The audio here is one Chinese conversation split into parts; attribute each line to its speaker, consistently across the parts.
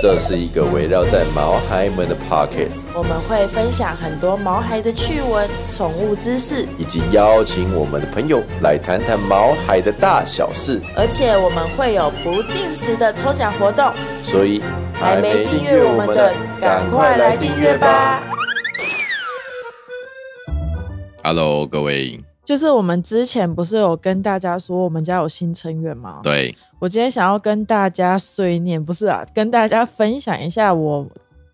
Speaker 1: 这是一个围绕在毛孩们的 Pockets，
Speaker 2: 我们会分享很多毛孩的趣闻、宠物知识，
Speaker 1: 以及邀请我们的朋友来谈谈毛孩的大小事。
Speaker 2: 而且我们会有不定时的抽奖活动。
Speaker 1: 所以
Speaker 2: 还没订阅我们的，赶快来订阅吧！
Speaker 1: ！Hello，各位，
Speaker 2: 就是我们之前不是有跟大家说我们家有新成员吗？
Speaker 1: 对，
Speaker 2: 我今天想要跟大家碎念，不是啊，跟大家分享一下我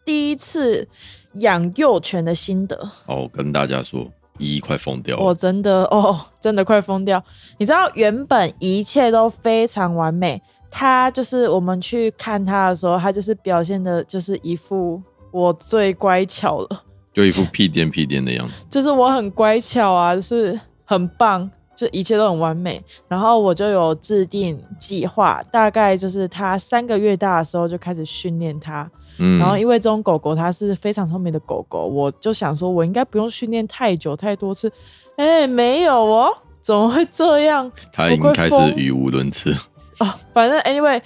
Speaker 2: 第一次养幼犬的心得。
Speaker 3: 哦，跟大家说，依依快疯掉
Speaker 2: 我
Speaker 3: 了。
Speaker 2: 真的哦，真的快疯掉。你知道，原本一切都非常完美，他就是我们去看他的时候，他就是表现的，就是一副我最乖巧了，
Speaker 3: 就一副屁颠屁颠的样子。
Speaker 2: 就是我很乖巧啊，就是很棒，就一切都很完美。然后我就有制定计划，大概就是他三个月大的时候就开始训练他。
Speaker 3: 嗯，
Speaker 2: 然后因为这种狗狗它是非常聪明的狗狗，我就想说，我应该不用训练太久太多次。哎、没有哦，怎么会这样
Speaker 3: 他已
Speaker 2: 我
Speaker 3: 经
Speaker 2: 快
Speaker 3: 开始
Speaker 2: 疯
Speaker 3: 语无伦次。
Speaker 2: 啊？反正 anyway，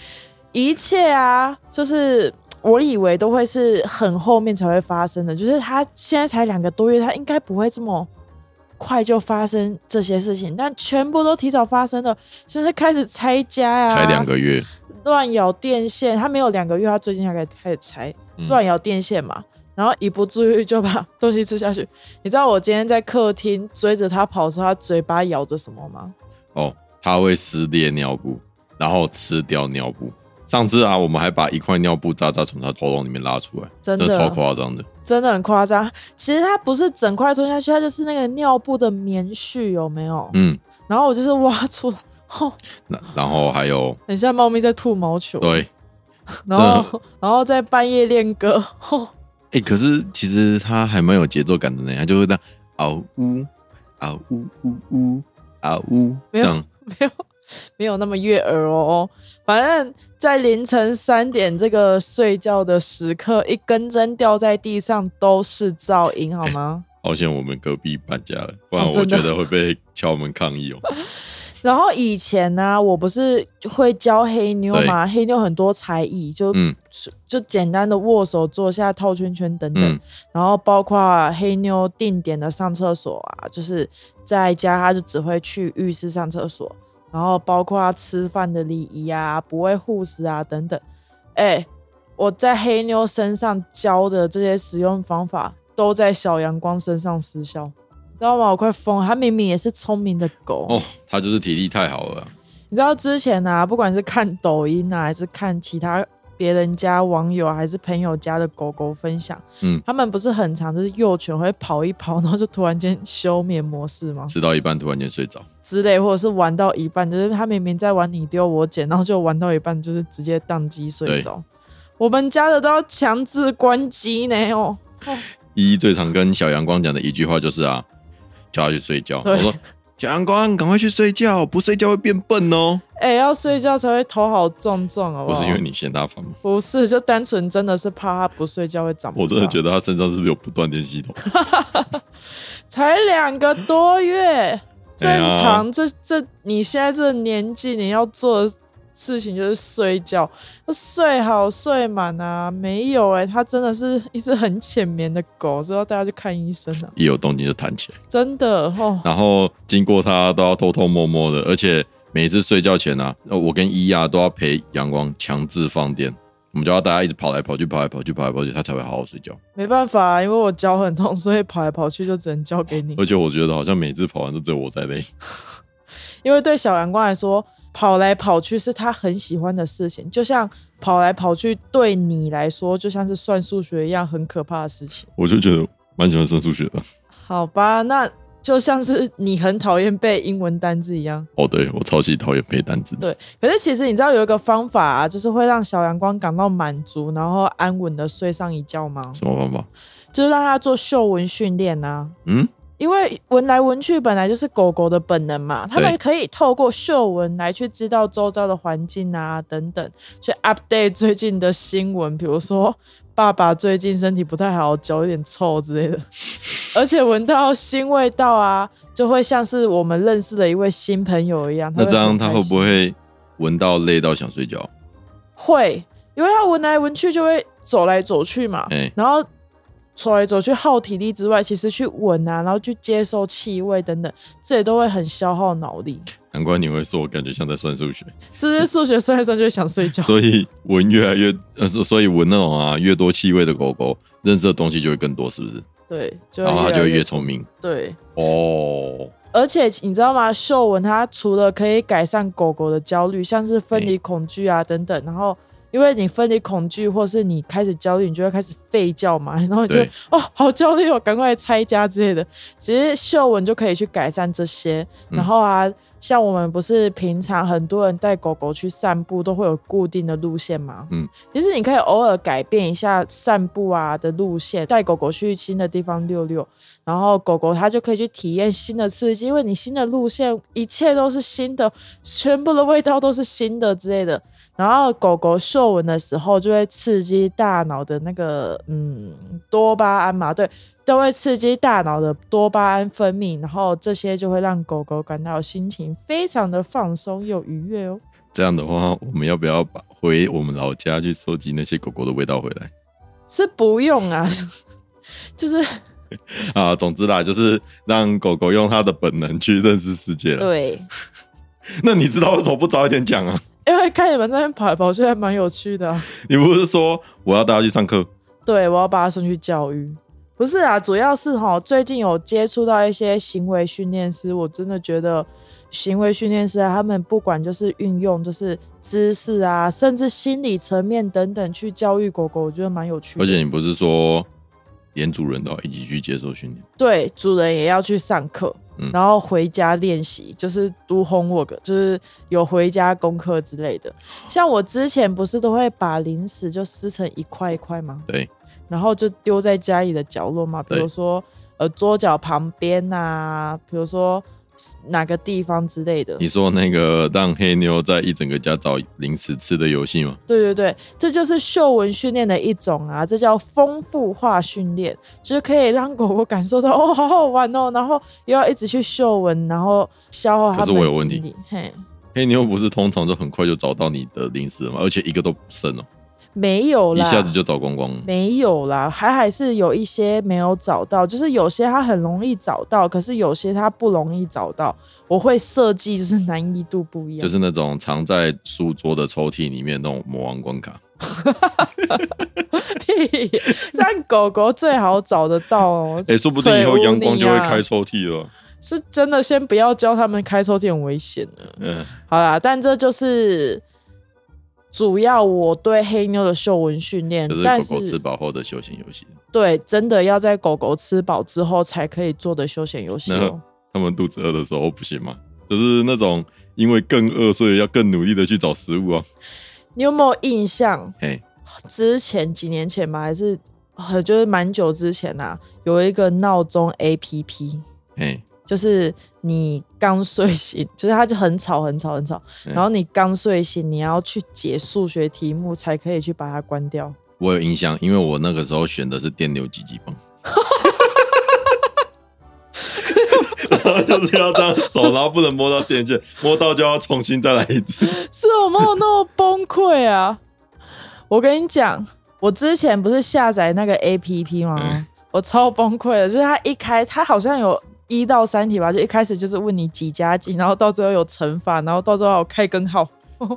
Speaker 2: 一切啊，就是我以为都会是很后面才会发生的，就是它现在才两个多月，它应该不会这么。快就发生这些事情，但全部都提早发生了，甚至开始拆家啊呀、
Speaker 3: 才两个月，
Speaker 2: 乱咬电线，它没有两个月，它最近才开始拆，
Speaker 3: 嗯
Speaker 2: 乱咬电线嘛，然后一不注意就把东西吃下去。你知道我今天在客厅追着它跑的时候，它嘴巴咬着什么吗？
Speaker 3: 哦，他会撕裂尿布，然后吃掉尿布。上次啊，我们还把一块尿布渣渣从他喉咙里面拉出来，
Speaker 2: 真的
Speaker 3: 这超夸张的。
Speaker 2: 真的很夸张。其实它不是整块吞下去，它就是那个尿布的棉絮，有没有？
Speaker 3: 嗯，
Speaker 2: 然后我就是挖出来，哦，
Speaker 3: 那然后还有
Speaker 2: 很像猫咪在吐毛球，
Speaker 3: 对，
Speaker 2: 然后然后在半夜练歌，哦，
Speaker 3: 哎、可是其实他还蛮有节奏感的呢，他就会这样嗷呜嗷呜呜呜嗷呜这
Speaker 2: 没有
Speaker 3: 样。
Speaker 2: 没有没有那么悦耳哦。反正，在凌晨三点这个睡觉的时刻，一根针掉在地上都是噪音，好吗？
Speaker 3: 好险我们隔壁搬家了，不然
Speaker 2: 哦
Speaker 3: 我
Speaker 2: 真的
Speaker 3: 觉得会被敲门抗 议哦。
Speaker 2: 然后以前呢、我不是会教黑妞嘛，黑妞很多才艺，就、
Speaker 3: 嗯
Speaker 2: 就简单的握手、坐下、套圈圈等等，
Speaker 3: 嗯
Speaker 2: 然后包括黑妞定点的上厕所啊，就是在家她就只会去浴室上厕所，然后包括吃饭的礼仪啊，不会护食啊等等。哎，我在黑妞身上教的这些使用方法，都在小阳光身上失效，你知道吗？我快疯了！它明明也是聪明的狗，
Speaker 3: 哦，他就是体力太好了啊、
Speaker 2: 你知道之前啊，不管是看抖音啊，还是看其他别人家网友还是朋友家的狗狗分享，
Speaker 3: 嗯
Speaker 2: 他们不是很常就是幼犬会跑一跑，然后就突然间休眠模式吗？
Speaker 3: 吃到一半突然间睡着，
Speaker 2: 之类，或者是玩到一半，就是他明明在玩你丢我捡，然后就玩到一半就是直接宕机睡着。我们家的都要强制关机呢哦，
Speaker 3: 依依最常跟小阳光讲的一句话就是啊，叫他去睡觉。
Speaker 2: 对
Speaker 3: 我说小阳光，赶快去睡觉，不睡觉会变笨哦。
Speaker 2: 哎、要睡觉才会头好重重，好
Speaker 3: 不
Speaker 2: 好？
Speaker 3: 是因为你嫌他烦吗？
Speaker 2: 不是，就单纯真的是怕它不睡觉会长不大。
Speaker 3: 我真的觉得他身上是不是有不断电系统？
Speaker 2: 才两个多月，正
Speaker 3: 哎呀
Speaker 2: 常。这这，你现在这个年纪，你要做的事情就是睡觉，要睡好睡满啊。没有哎、它真的是一只很浅眠的狗，知道大家去看医生啊，
Speaker 3: 一有动静就弹起来，
Speaker 2: 真的哦。
Speaker 3: 然后经过他都要偷偷摸摸的，而且每次睡觉前啊，呃我跟依啊都要陪阳光强制放电，我们就要大家一直跑来跑去，跑来跑去，跑来跑去，他才会好好睡觉。
Speaker 2: 没办法、啊因为我脚很痛，所以跑来跑去就只能交给你
Speaker 3: 而。且我觉得好像每次跑完都只有我在累。
Speaker 2: 因为对小阳光来说，跑来跑去是他很喜欢的事情，就像跑来跑去对你来说，就像是算数学一样很可怕的事情。
Speaker 3: 我就觉得蛮喜欢算数学的。
Speaker 2: 好吧，那就像是你很讨厌背英文单字一样。
Speaker 3: 哦，对，我超级讨厌背单词。
Speaker 2: 对，可是其实你知道有一个方法、啊，就是会让小阳光感到满足，然后安稳的睡上一觉吗？
Speaker 3: 什么方法？
Speaker 2: 就是让他做嗅闻训练啊。
Speaker 3: 嗯，
Speaker 2: 因为闻来闻去本来就是狗狗的本能嘛，它们可以透过嗅闻来去知道周遭的环境啊等等，去 update 最近的新闻，比如说爸爸最近身体不太好，脚有点臭 之类的，而且闻到新味道啊，就会像是我们认识的一位新朋友一样。
Speaker 3: 那这样
Speaker 2: 它
Speaker 3: 它会不
Speaker 2: 会很开心
Speaker 3: 会闻到累到想睡觉？
Speaker 2: 会？因为它闻来闻去就会走来走去嘛，
Speaker 3: 哎
Speaker 2: 然后走来走去耗体力之外，其实去闻啊，然后去接受气味等等，这也都会很消耗脑力，
Speaker 3: 难怪你会说我感觉像在算数学，
Speaker 2: 是不是？数学算一算就会想睡觉，
Speaker 3: 所以闻越来越呃，所所以闻那种啊越多气味的狗狗，认识的东西就会更多，是不是？
Speaker 2: 对，就
Speaker 3: 然后它
Speaker 2: 来
Speaker 3: 就会越聪明
Speaker 2: 对。
Speaker 3: 哦。
Speaker 2: 而且你知道吗？嗅闻它除了可以改善狗狗的焦虑，像是分离恐惧啊等等，然后。因为你分离恐惧，或是你开始焦虑，你就会开始吠叫嘛，然后你就
Speaker 3: 对
Speaker 2: 哦好焦虑哦，赶快拆家之类的。其实嗅闻就可以去改善这些。
Speaker 3: 嗯
Speaker 2: 然后啊，像我们不是平常很多人带狗狗去散步，都会有固定的路线吗？
Speaker 3: 嗯，
Speaker 2: 其实你可以偶尔改变一下散步啊的路线，带狗狗去新的地方溜溜，然后狗狗它就可以去体验新的刺激，因为你新的路线，一切都是新的，全部的味道都是新的之类的。然后狗狗嗅闻的时候，就会刺激大脑的那个嗯多巴胺嘛，对，都会刺激大脑的多巴胺分泌，然后这些就会让狗狗感到心情非常的放松又愉悦哦。
Speaker 3: 这样的话，我们要不要把回我们老家去收集那些狗狗的味道回来
Speaker 2: 是不用啊， 就是
Speaker 3: 啊？总之啦，就是让狗狗用它的本能去认识世界了。
Speaker 2: 对，
Speaker 3: 那你知道为什么不早一点讲啊？
Speaker 2: 因为看你们在那边跑来跑去还蛮有趣的啊、
Speaker 3: 你不是说我要带它去上课？
Speaker 2: 对，我要把他送去教育。不是啊，主要是哈，最近有接触到一些行为训练师，我真的觉得行为训练师啊，他们不管就是运用就是知识啊，甚至心理层面等等去教育狗狗，我觉得蛮有趣的。
Speaker 3: 而且你不是说连主人都哦要一起去接受训练？
Speaker 2: 对主人也要去上课，
Speaker 3: 嗯
Speaker 2: 然后回家练习，就是 do homework，就是有回家功课之类的。像我之前不是都会把零食就撕成一块一块吗？
Speaker 3: 对，
Speaker 2: 然后就丢在家里的角落嘛，比
Speaker 3: 对
Speaker 2: 如说呃桌角旁边呐、比如说哪个地方之类的。
Speaker 3: 你说那个让黑妞在一整个家找零食吃的游戏吗？
Speaker 2: 对对对，这就是嗅闻训练的一种啊，这叫丰富化训练，就是可以让狗狗感受到哦，好好玩哦，然后又要一直去嗅闻，然后消耗它
Speaker 3: 可
Speaker 2: 们
Speaker 3: 是我有
Speaker 2: 的
Speaker 3: 问
Speaker 2: 精
Speaker 3: 题
Speaker 2: 力。嘿，
Speaker 3: 黑妞不是通常就很快就找到你的零食了吗？而且一个都不剩哦、
Speaker 2: 没有
Speaker 3: 一
Speaker 2: 啦，
Speaker 3: 下子就找光光了。
Speaker 2: 没有啦，还还是有一些没有找到，就是有些它很容易找到，可是有些它不容易找到。我会设计，就是难易度不一样。
Speaker 3: 就是那种藏在书桌的抽屉里面那种魔王关卡，
Speaker 2: 屁， 这样狗狗最好找得到哦。
Speaker 3: 哎、说不定以后
Speaker 2: 吹污
Speaker 3: 阳光
Speaker 2: 泥
Speaker 3: 就会
Speaker 2: 啊
Speaker 3: 开抽屉了。
Speaker 2: 是真的，先不要教他们开抽屉，很危险的。
Speaker 3: 嗯，
Speaker 2: 好啦，但这就是主要我对黑妞的嗅闻训练
Speaker 3: 就，是
Speaker 2: 但
Speaker 3: 狗狗吃
Speaker 2: 是
Speaker 3: 饱后的休闲游戏，
Speaker 2: 对真的要在狗狗吃饱之后才可以做的休闲游戏
Speaker 3: 嗯
Speaker 2: 哦。
Speaker 3: 它们肚子饿的时候不行吗？就是那种因为更饿，所以要更努力的去找食物啊。
Speaker 2: 你有没有印象？
Speaker 3: 嘿，
Speaker 2: 之前几年前吧，还是很就是蛮久之前呐、有一个闹钟 A P P，
Speaker 3: 嘿，
Speaker 2: 就是你刚睡醒， 就是它就很吵很吵很吵，
Speaker 3: 嗯
Speaker 2: 然后你刚睡醒，你要去解数学题目才可以去把它关掉。
Speaker 3: 我有印象，因为我那个时候选的是电流狙击棒。然后 就是要这样手，然后不能摸到电线，摸到就要重新再来一次。
Speaker 2: 是我没有那么崩溃啊！我跟你讲，我之前不是下载那个 A P P 吗？
Speaker 3: 嗯
Speaker 2: 我超崩溃的，就是它一开，它好像有一到三题吧，就一开始就是问你几加几，然后到最后有乘法，然后到最后还有开根号，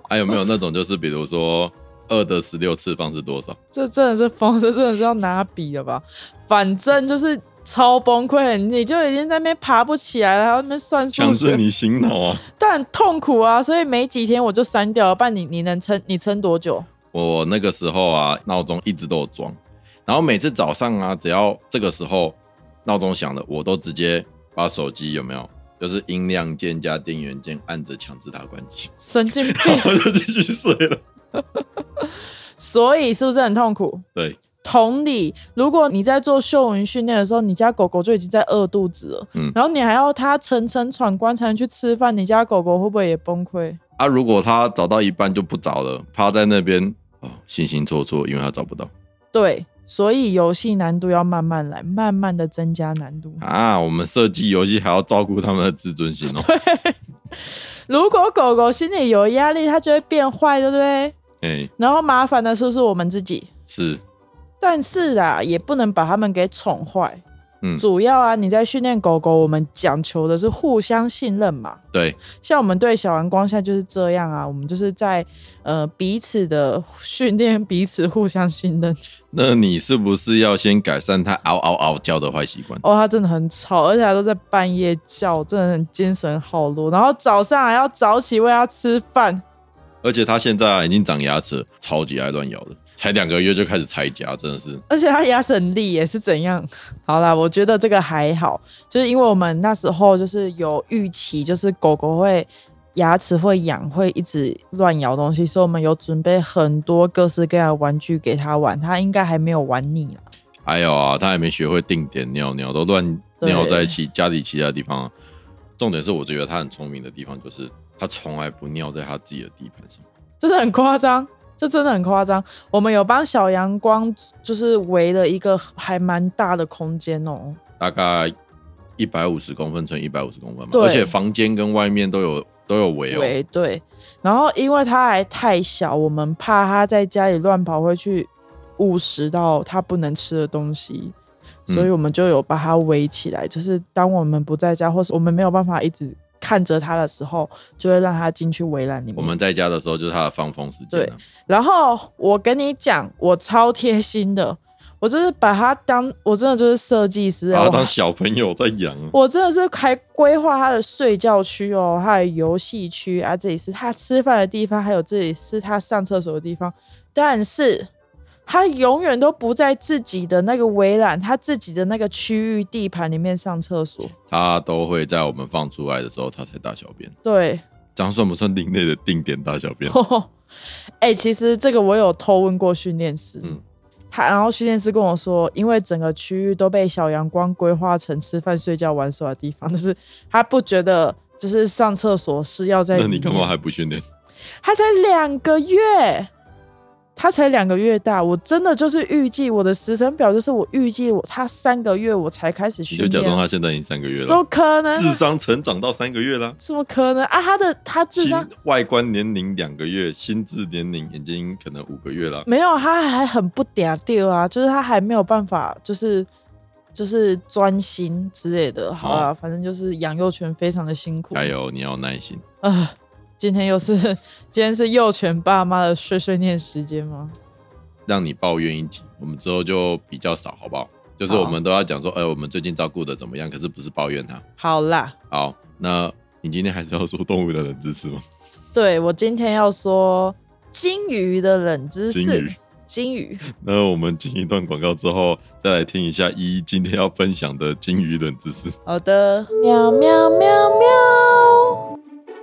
Speaker 3: 还啊有没有那种就是比如说二的十六次方是多少？
Speaker 2: 这真的是疯，这真的是要拿笔了吧？反正就是超崩溃，你就已经在那边爬不起来了，还要在那边算数
Speaker 3: 强制
Speaker 2: 学，
Speaker 3: 你醒脑啊！
Speaker 2: 但很痛苦啊，所以没几天我就删掉了。不然你你能撑你撑多久？
Speaker 3: 我那个时候啊，闹钟一直都有装，然后每次早上啊，只要这个时候闹钟响了，我都直接把手机有没有，就是音量键加电源键按着强制它关 机，
Speaker 2: 神经病！
Speaker 3: 然后就继续睡了。
Speaker 2: 所以是不是很痛苦？
Speaker 3: 对，
Speaker 2: 同理，如果你在做嗅闻训练的时候，你家狗狗就已经在饿肚子了，
Speaker 3: 嗯
Speaker 2: 然后你还要它层层闯关才能去吃饭，你家狗狗会不会也崩溃？
Speaker 3: 啊，如果他找到一半就不找了，趴在那边哦，心心错错，因为他找不到
Speaker 2: 对，所以游戏难度要慢慢来，慢慢的增加难度。
Speaker 3: 啊。我们设计游戏还要照顾他们的自尊心哦。
Speaker 2: 如果狗狗心里有压力，它就会变坏，对不对？
Speaker 3: 哎、
Speaker 2: 然后麻烦的是不是我们自己？
Speaker 3: 是，
Speaker 2: 但是啊，也不能把它们给宠坏。
Speaker 3: 嗯
Speaker 2: 主要啊，你在训练狗狗，我们讲求的是互相信任嘛。
Speaker 3: 对，
Speaker 2: 像我们对小蓝光现在就是这样啊，我们就是在呃彼此的训练，彼此互相信任。
Speaker 3: 那你是不是要先改善它嗷嗷嗷叫的坏习惯？
Speaker 2: 哦，它真的很吵，而且它都在半夜叫，真的很精神耗弱。然后早上还要早起喂它吃饭，
Speaker 3: 而且它现在啊已经长牙齿了，超级爱乱咬的，才两个月就开始拆夹，真的是。
Speaker 2: 而且它牙齿很利也是怎样？好啦，我觉得这个还好，就是因为我们那时候就是有预期，就是狗狗会牙齿会痒，会一直乱咬东西，所以我们有准备很多各式各样的玩具给它玩，它应该还没有玩腻啦。
Speaker 3: 还有啊，它还没学会定点尿尿，都乱尿在其家里其他地方啊、重点是，我觉得它很聪明的地方就是，它从来不尿在它自己的地盘上。
Speaker 2: 真的很夸张，这真的很夸张。我们有帮小阳光就是围了一个还蛮大的空间哦、
Speaker 3: 大概一百五十公分乘一百五十公分嘛，
Speaker 2: 对
Speaker 3: 而且房间跟外面都有都有围哦。
Speaker 2: 对对，然后因为它还太小，我们怕它在家里乱跑会去误食到它不能吃的东西，所以
Speaker 3: 嗯
Speaker 2: 我们就有把它围起来。就是当我们不在家，或是我们没有办法一直看着它的时候，就会让它进去围栏里面。
Speaker 3: 我们在家的时候就是它的放风时间、啊。
Speaker 2: 然后我跟你讲，我超贴心的，我就是把它当我真的就是设计师
Speaker 3: 把
Speaker 2: 啊，
Speaker 3: 它
Speaker 2: 我
Speaker 3: 当小朋友在养啊。
Speaker 2: 我真的是还规划他的睡觉区哦，他的游戏区啊，这里是他吃饭的地方，还有这里是他上厕所的地方。但是他永远都不在自己的那个围栏、他自己的那个区域地盘里面上厕所。
Speaker 3: 它都会在我们放出来的时候，它才大小便。
Speaker 2: 对，
Speaker 3: 这样算不算另类的定点大小
Speaker 2: 哦
Speaker 3: 便？
Speaker 2: 哎、其实这个我有偷问过训练师，
Speaker 3: 嗯
Speaker 2: 他然后训练师跟我说，因为整个区域都被小阳光规划成吃饭、睡觉、玩耍的地方， 就是他不觉得就是上厕所是要在
Speaker 3: 那
Speaker 2: 里
Speaker 3: 你干嘛
Speaker 2: 面
Speaker 3: 还不训练？
Speaker 2: 他才两个月，他才两个月大，我真的就是预计我的时程表就是我预计我他三个月我才开始
Speaker 3: 你
Speaker 2: 训
Speaker 3: 就假装
Speaker 2: 练，
Speaker 3: 他现在已经三个月
Speaker 2: 怎么
Speaker 3: 了，
Speaker 2: 可能？
Speaker 3: 智商成长到三个月啦，
Speaker 2: 怎么可能啊？他的他智商
Speaker 3: 其外观年龄两个月，心智年龄已经可能五个月啦。
Speaker 2: 没有，他还很不嗲调啊，就是他还没有办法，就是就是专心之类的。好啊，反正就是养幼犬非常的辛
Speaker 3: 哦
Speaker 2: 苦。
Speaker 3: 加油，你要有耐心。
Speaker 2: 啊！今天又是 今天是幼犬爸妈的碎碎念时间吗？
Speaker 3: 让你抱怨一集，我们之后就比较少，好不好？就是我们都要讲说，哎、我们最近照顾的怎么样？可是不是抱怨他。
Speaker 2: 好啦，
Speaker 3: 好，那你今天还是要说动物的冷知识吗？
Speaker 2: 对我今天要说金鱼的冷知识。
Speaker 3: 金鱼
Speaker 2: 金鱼，
Speaker 3: 那我们进一段广告之后，再来听一下依依今天要分享的金鱼冷知识。
Speaker 2: 好的，
Speaker 4: 喵喵喵喵，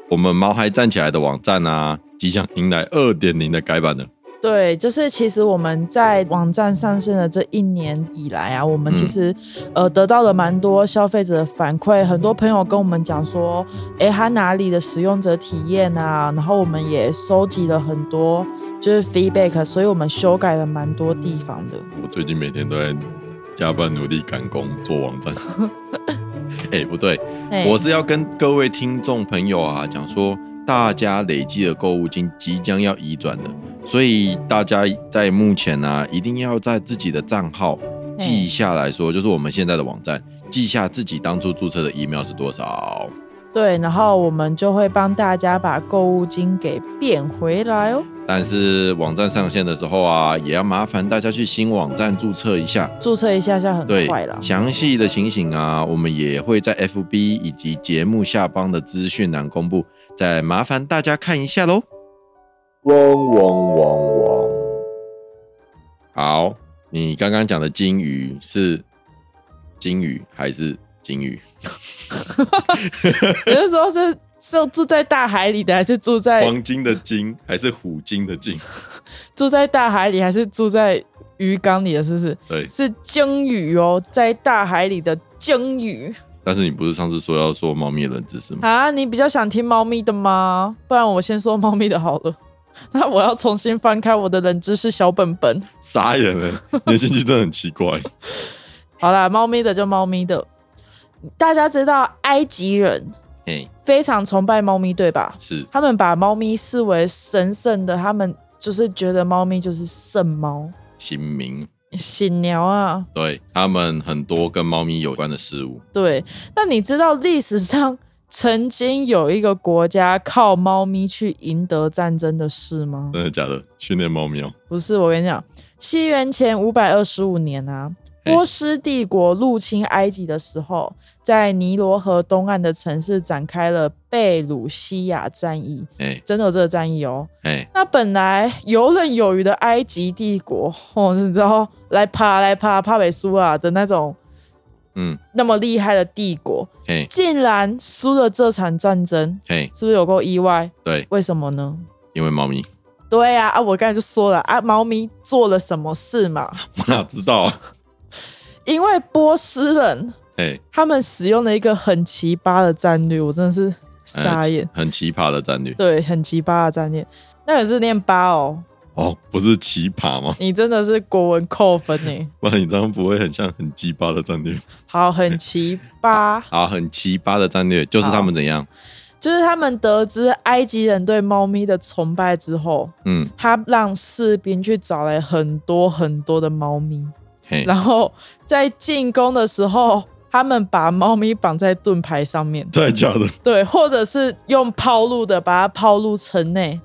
Speaker 3: 我们毛孩站起来的网站啊，即将迎来二点零的改版了。
Speaker 2: 对，就是其实我们在网站上线的这一年以来啊，我们其实、呃得到了蛮多消费者的反馈，很多朋友跟我们讲说，诶，他哪里的使用者体验啊，然后我们也收集了很多就是 feedback，所以我们修改了蛮多地方的。
Speaker 3: 我最近每天都在加班努力赶工做网站。哎、不对，
Speaker 2: 嘿
Speaker 3: 我是要跟各位听众朋友啊讲说，大家累积的购物金即将要移转了，所以大家在目前呢、啊，一定要在自己的账号记下来说，就是我们现在的网站记下自己当初注册的 email 是多少。
Speaker 2: 对，然后我们就会帮大家把购物金给变回来哦。
Speaker 3: 但是网站上线的时候啊，也要麻烦大家去新网站注册一下。
Speaker 2: 注册一下下很
Speaker 3: 对
Speaker 2: 快啦，。
Speaker 3: 详细的情形啊，我们也会在 FB 以及节目下方的资讯栏公布，再麻烦大家看一下喽。
Speaker 1: 嗡嗡嗡嗡，
Speaker 3: 好，你刚刚讲的金鱼是金鱼还是金鱼？
Speaker 2: 你是说是是住在大海里的，还是住在
Speaker 3: 黄金的金还是虎鲸的鲸？
Speaker 2: 住在大海里，还是住在鱼缸里的是不是？
Speaker 3: 对，
Speaker 2: 是鲸鱼哦，在大海里的鲸鱼
Speaker 3: 但是你不是上次说要说猫咪的冷知识 吗？
Speaker 2: 啊！你比较想听猫咪的吗？不然我先说猫咪的好了。 那我要重新翻开我的冷知识小本本。
Speaker 3: 傻眼了，你的兴趣真的很奇怪。
Speaker 2: 好啦，猫咪的就猫咪的。大家知道埃及人
Speaker 3: 嘿，
Speaker 2: 非常崇拜猫咪，对吧？
Speaker 3: 是
Speaker 2: 他们把猫咪视为神圣的，他们就是觉得猫咪就是圣猫、
Speaker 3: 行名，
Speaker 2: 醒鸟啊。
Speaker 3: 对他们很多跟猫咪有关的事物，
Speaker 2: 对，那你知道历史上曾经有一个国家靠猫咪去赢得战争的事吗？
Speaker 3: 真的假的？训练猫咪哦，
Speaker 2: 不是，我跟你讲，西元前五百二十五年啊，
Speaker 3: 嘿
Speaker 2: 波斯帝国入侵埃及的时候，在尼罗河东岸的城市展开了贝鲁西亚战役，
Speaker 3: 哎
Speaker 2: 真的有这个战役哦。
Speaker 3: 哎，
Speaker 2: 那本来游刃有余的埃及帝国，哦，你知道来爬来爬帕北苏啊的那种
Speaker 3: 嗯，
Speaker 2: 那么厉害的帝国，
Speaker 3: 嘿
Speaker 2: 竟然输了这场战争，
Speaker 3: 嘿，
Speaker 2: 是不是有够意外？
Speaker 3: 对，
Speaker 2: 为什么呢？
Speaker 3: 因为猫咪，
Speaker 2: 对啊，啊，我刚才就说了啊，猫咪做了什么事嘛？
Speaker 3: 我哪知道啊？
Speaker 2: 因为波斯人
Speaker 3: 嘿，
Speaker 2: 他们使用了一个很奇葩的战略，我真的是
Speaker 3: 呃
Speaker 2: 傻眼。
Speaker 3: 很奇葩的战略
Speaker 2: 嗯对，很奇葩的战略，那可是念八哦，
Speaker 3: 哦，不是奇葩吗？
Speaker 2: 你真的是国文扣分呢。
Speaker 3: 不然你这样不会很像很鸡巴的战略
Speaker 2: 好，很奇 葩，
Speaker 3: 啊？很奇葩的战略就是他们怎样？
Speaker 2: 就是他们得知埃及人对猫咪的崇拜之后，
Speaker 3: 嗯，
Speaker 2: 他让士兵去找来很多很多的猫咪，
Speaker 3: 嘿，
Speaker 2: 然后在进攻的时候，他们把猫咪绑在盾牌上面，
Speaker 3: 真的假的？
Speaker 2: 对，或者是用抛入的把它抛入城内，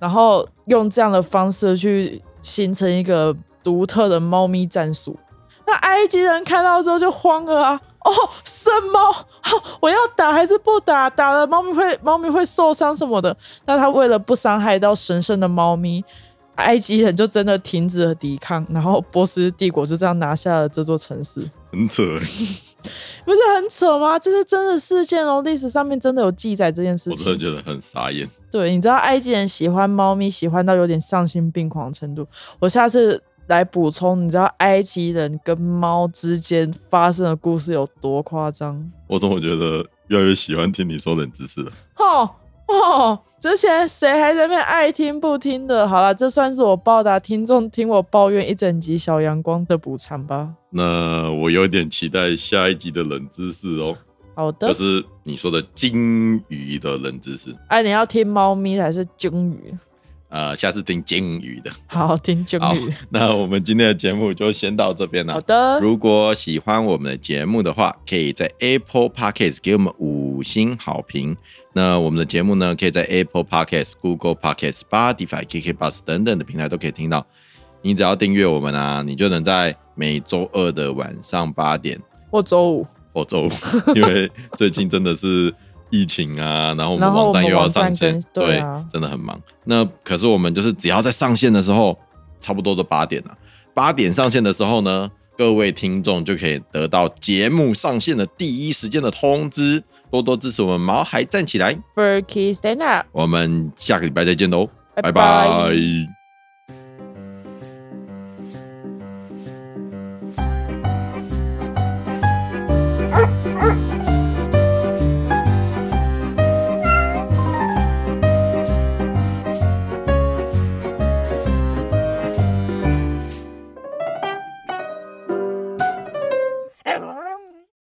Speaker 2: 然后用这样的方式去形成一个独特的猫咪战术。那埃及人看到之后就慌了啊！哦，生猫，哦我要打还是不打？打了猫咪会猫咪会受伤什么的。那他为了不伤害到神圣的猫咪，埃及人就真的停止了抵抗，然后波斯帝国就这样拿下了这座城市。
Speaker 3: 很扯欸，
Speaker 2: 不是很扯吗？这是真的事件哦，历史上面真的有记载这件事
Speaker 3: 我真的
Speaker 2: 情。
Speaker 3: 觉得很傻眼。
Speaker 2: 对，你知道埃及人喜欢猫咪，喜欢到有点丧心病狂的程度。我下次来补充，你知道埃及人跟猫之间发生的故事有多夸张？
Speaker 3: 我怎么觉得越来越喜欢听你说冷知识了？
Speaker 2: 哦哦，之前谁还在那边爱听不听的？好了，这算是我报答听众听我抱怨一整集小阳光的补偿吧。
Speaker 3: 那我有点期待下一集的冷知识哦，
Speaker 2: 好的，
Speaker 3: 就是你说的金鱼的冷知识。
Speaker 2: 哎、你要听猫咪还是鲸鱼？
Speaker 3: 呃，下次听金鱼的。
Speaker 2: 好，听鲸
Speaker 3: 好
Speaker 2: 鱼。，
Speaker 3: 那我们今天的节目就先到这边
Speaker 2: 好
Speaker 3: 了。
Speaker 2: 的，
Speaker 3: 如果喜欢我们的节目的话，可以在 Apple Podcast 给我们五星好评。那我们的节目呢，可以在 Apple Podcast、Google Podcast、Spotify、KK Bus 等等的平台都可以听到。你只要订阅我们啊，你就能在每周二的晚上八点
Speaker 2: 或周五。
Speaker 3: 或周五，哦 因为最近真的是疫情 啊，然后我们
Speaker 2: 然后
Speaker 3: 网
Speaker 2: 我们
Speaker 3: 站又要上线
Speaker 2: 网，站更对啊
Speaker 3: 真的很忙。那可是我们就是只要在上线的时候，差不多都八点了。啊八点上线的时候呢，各位听众就可以得到节目上线的第一时间的通知。多多支持我们毛孩站起来，
Speaker 2: Furky Stand Up。
Speaker 3: 我们下个礼拜再见喽，
Speaker 2: 拜
Speaker 3: 拜
Speaker 2: 拜
Speaker 3: 拜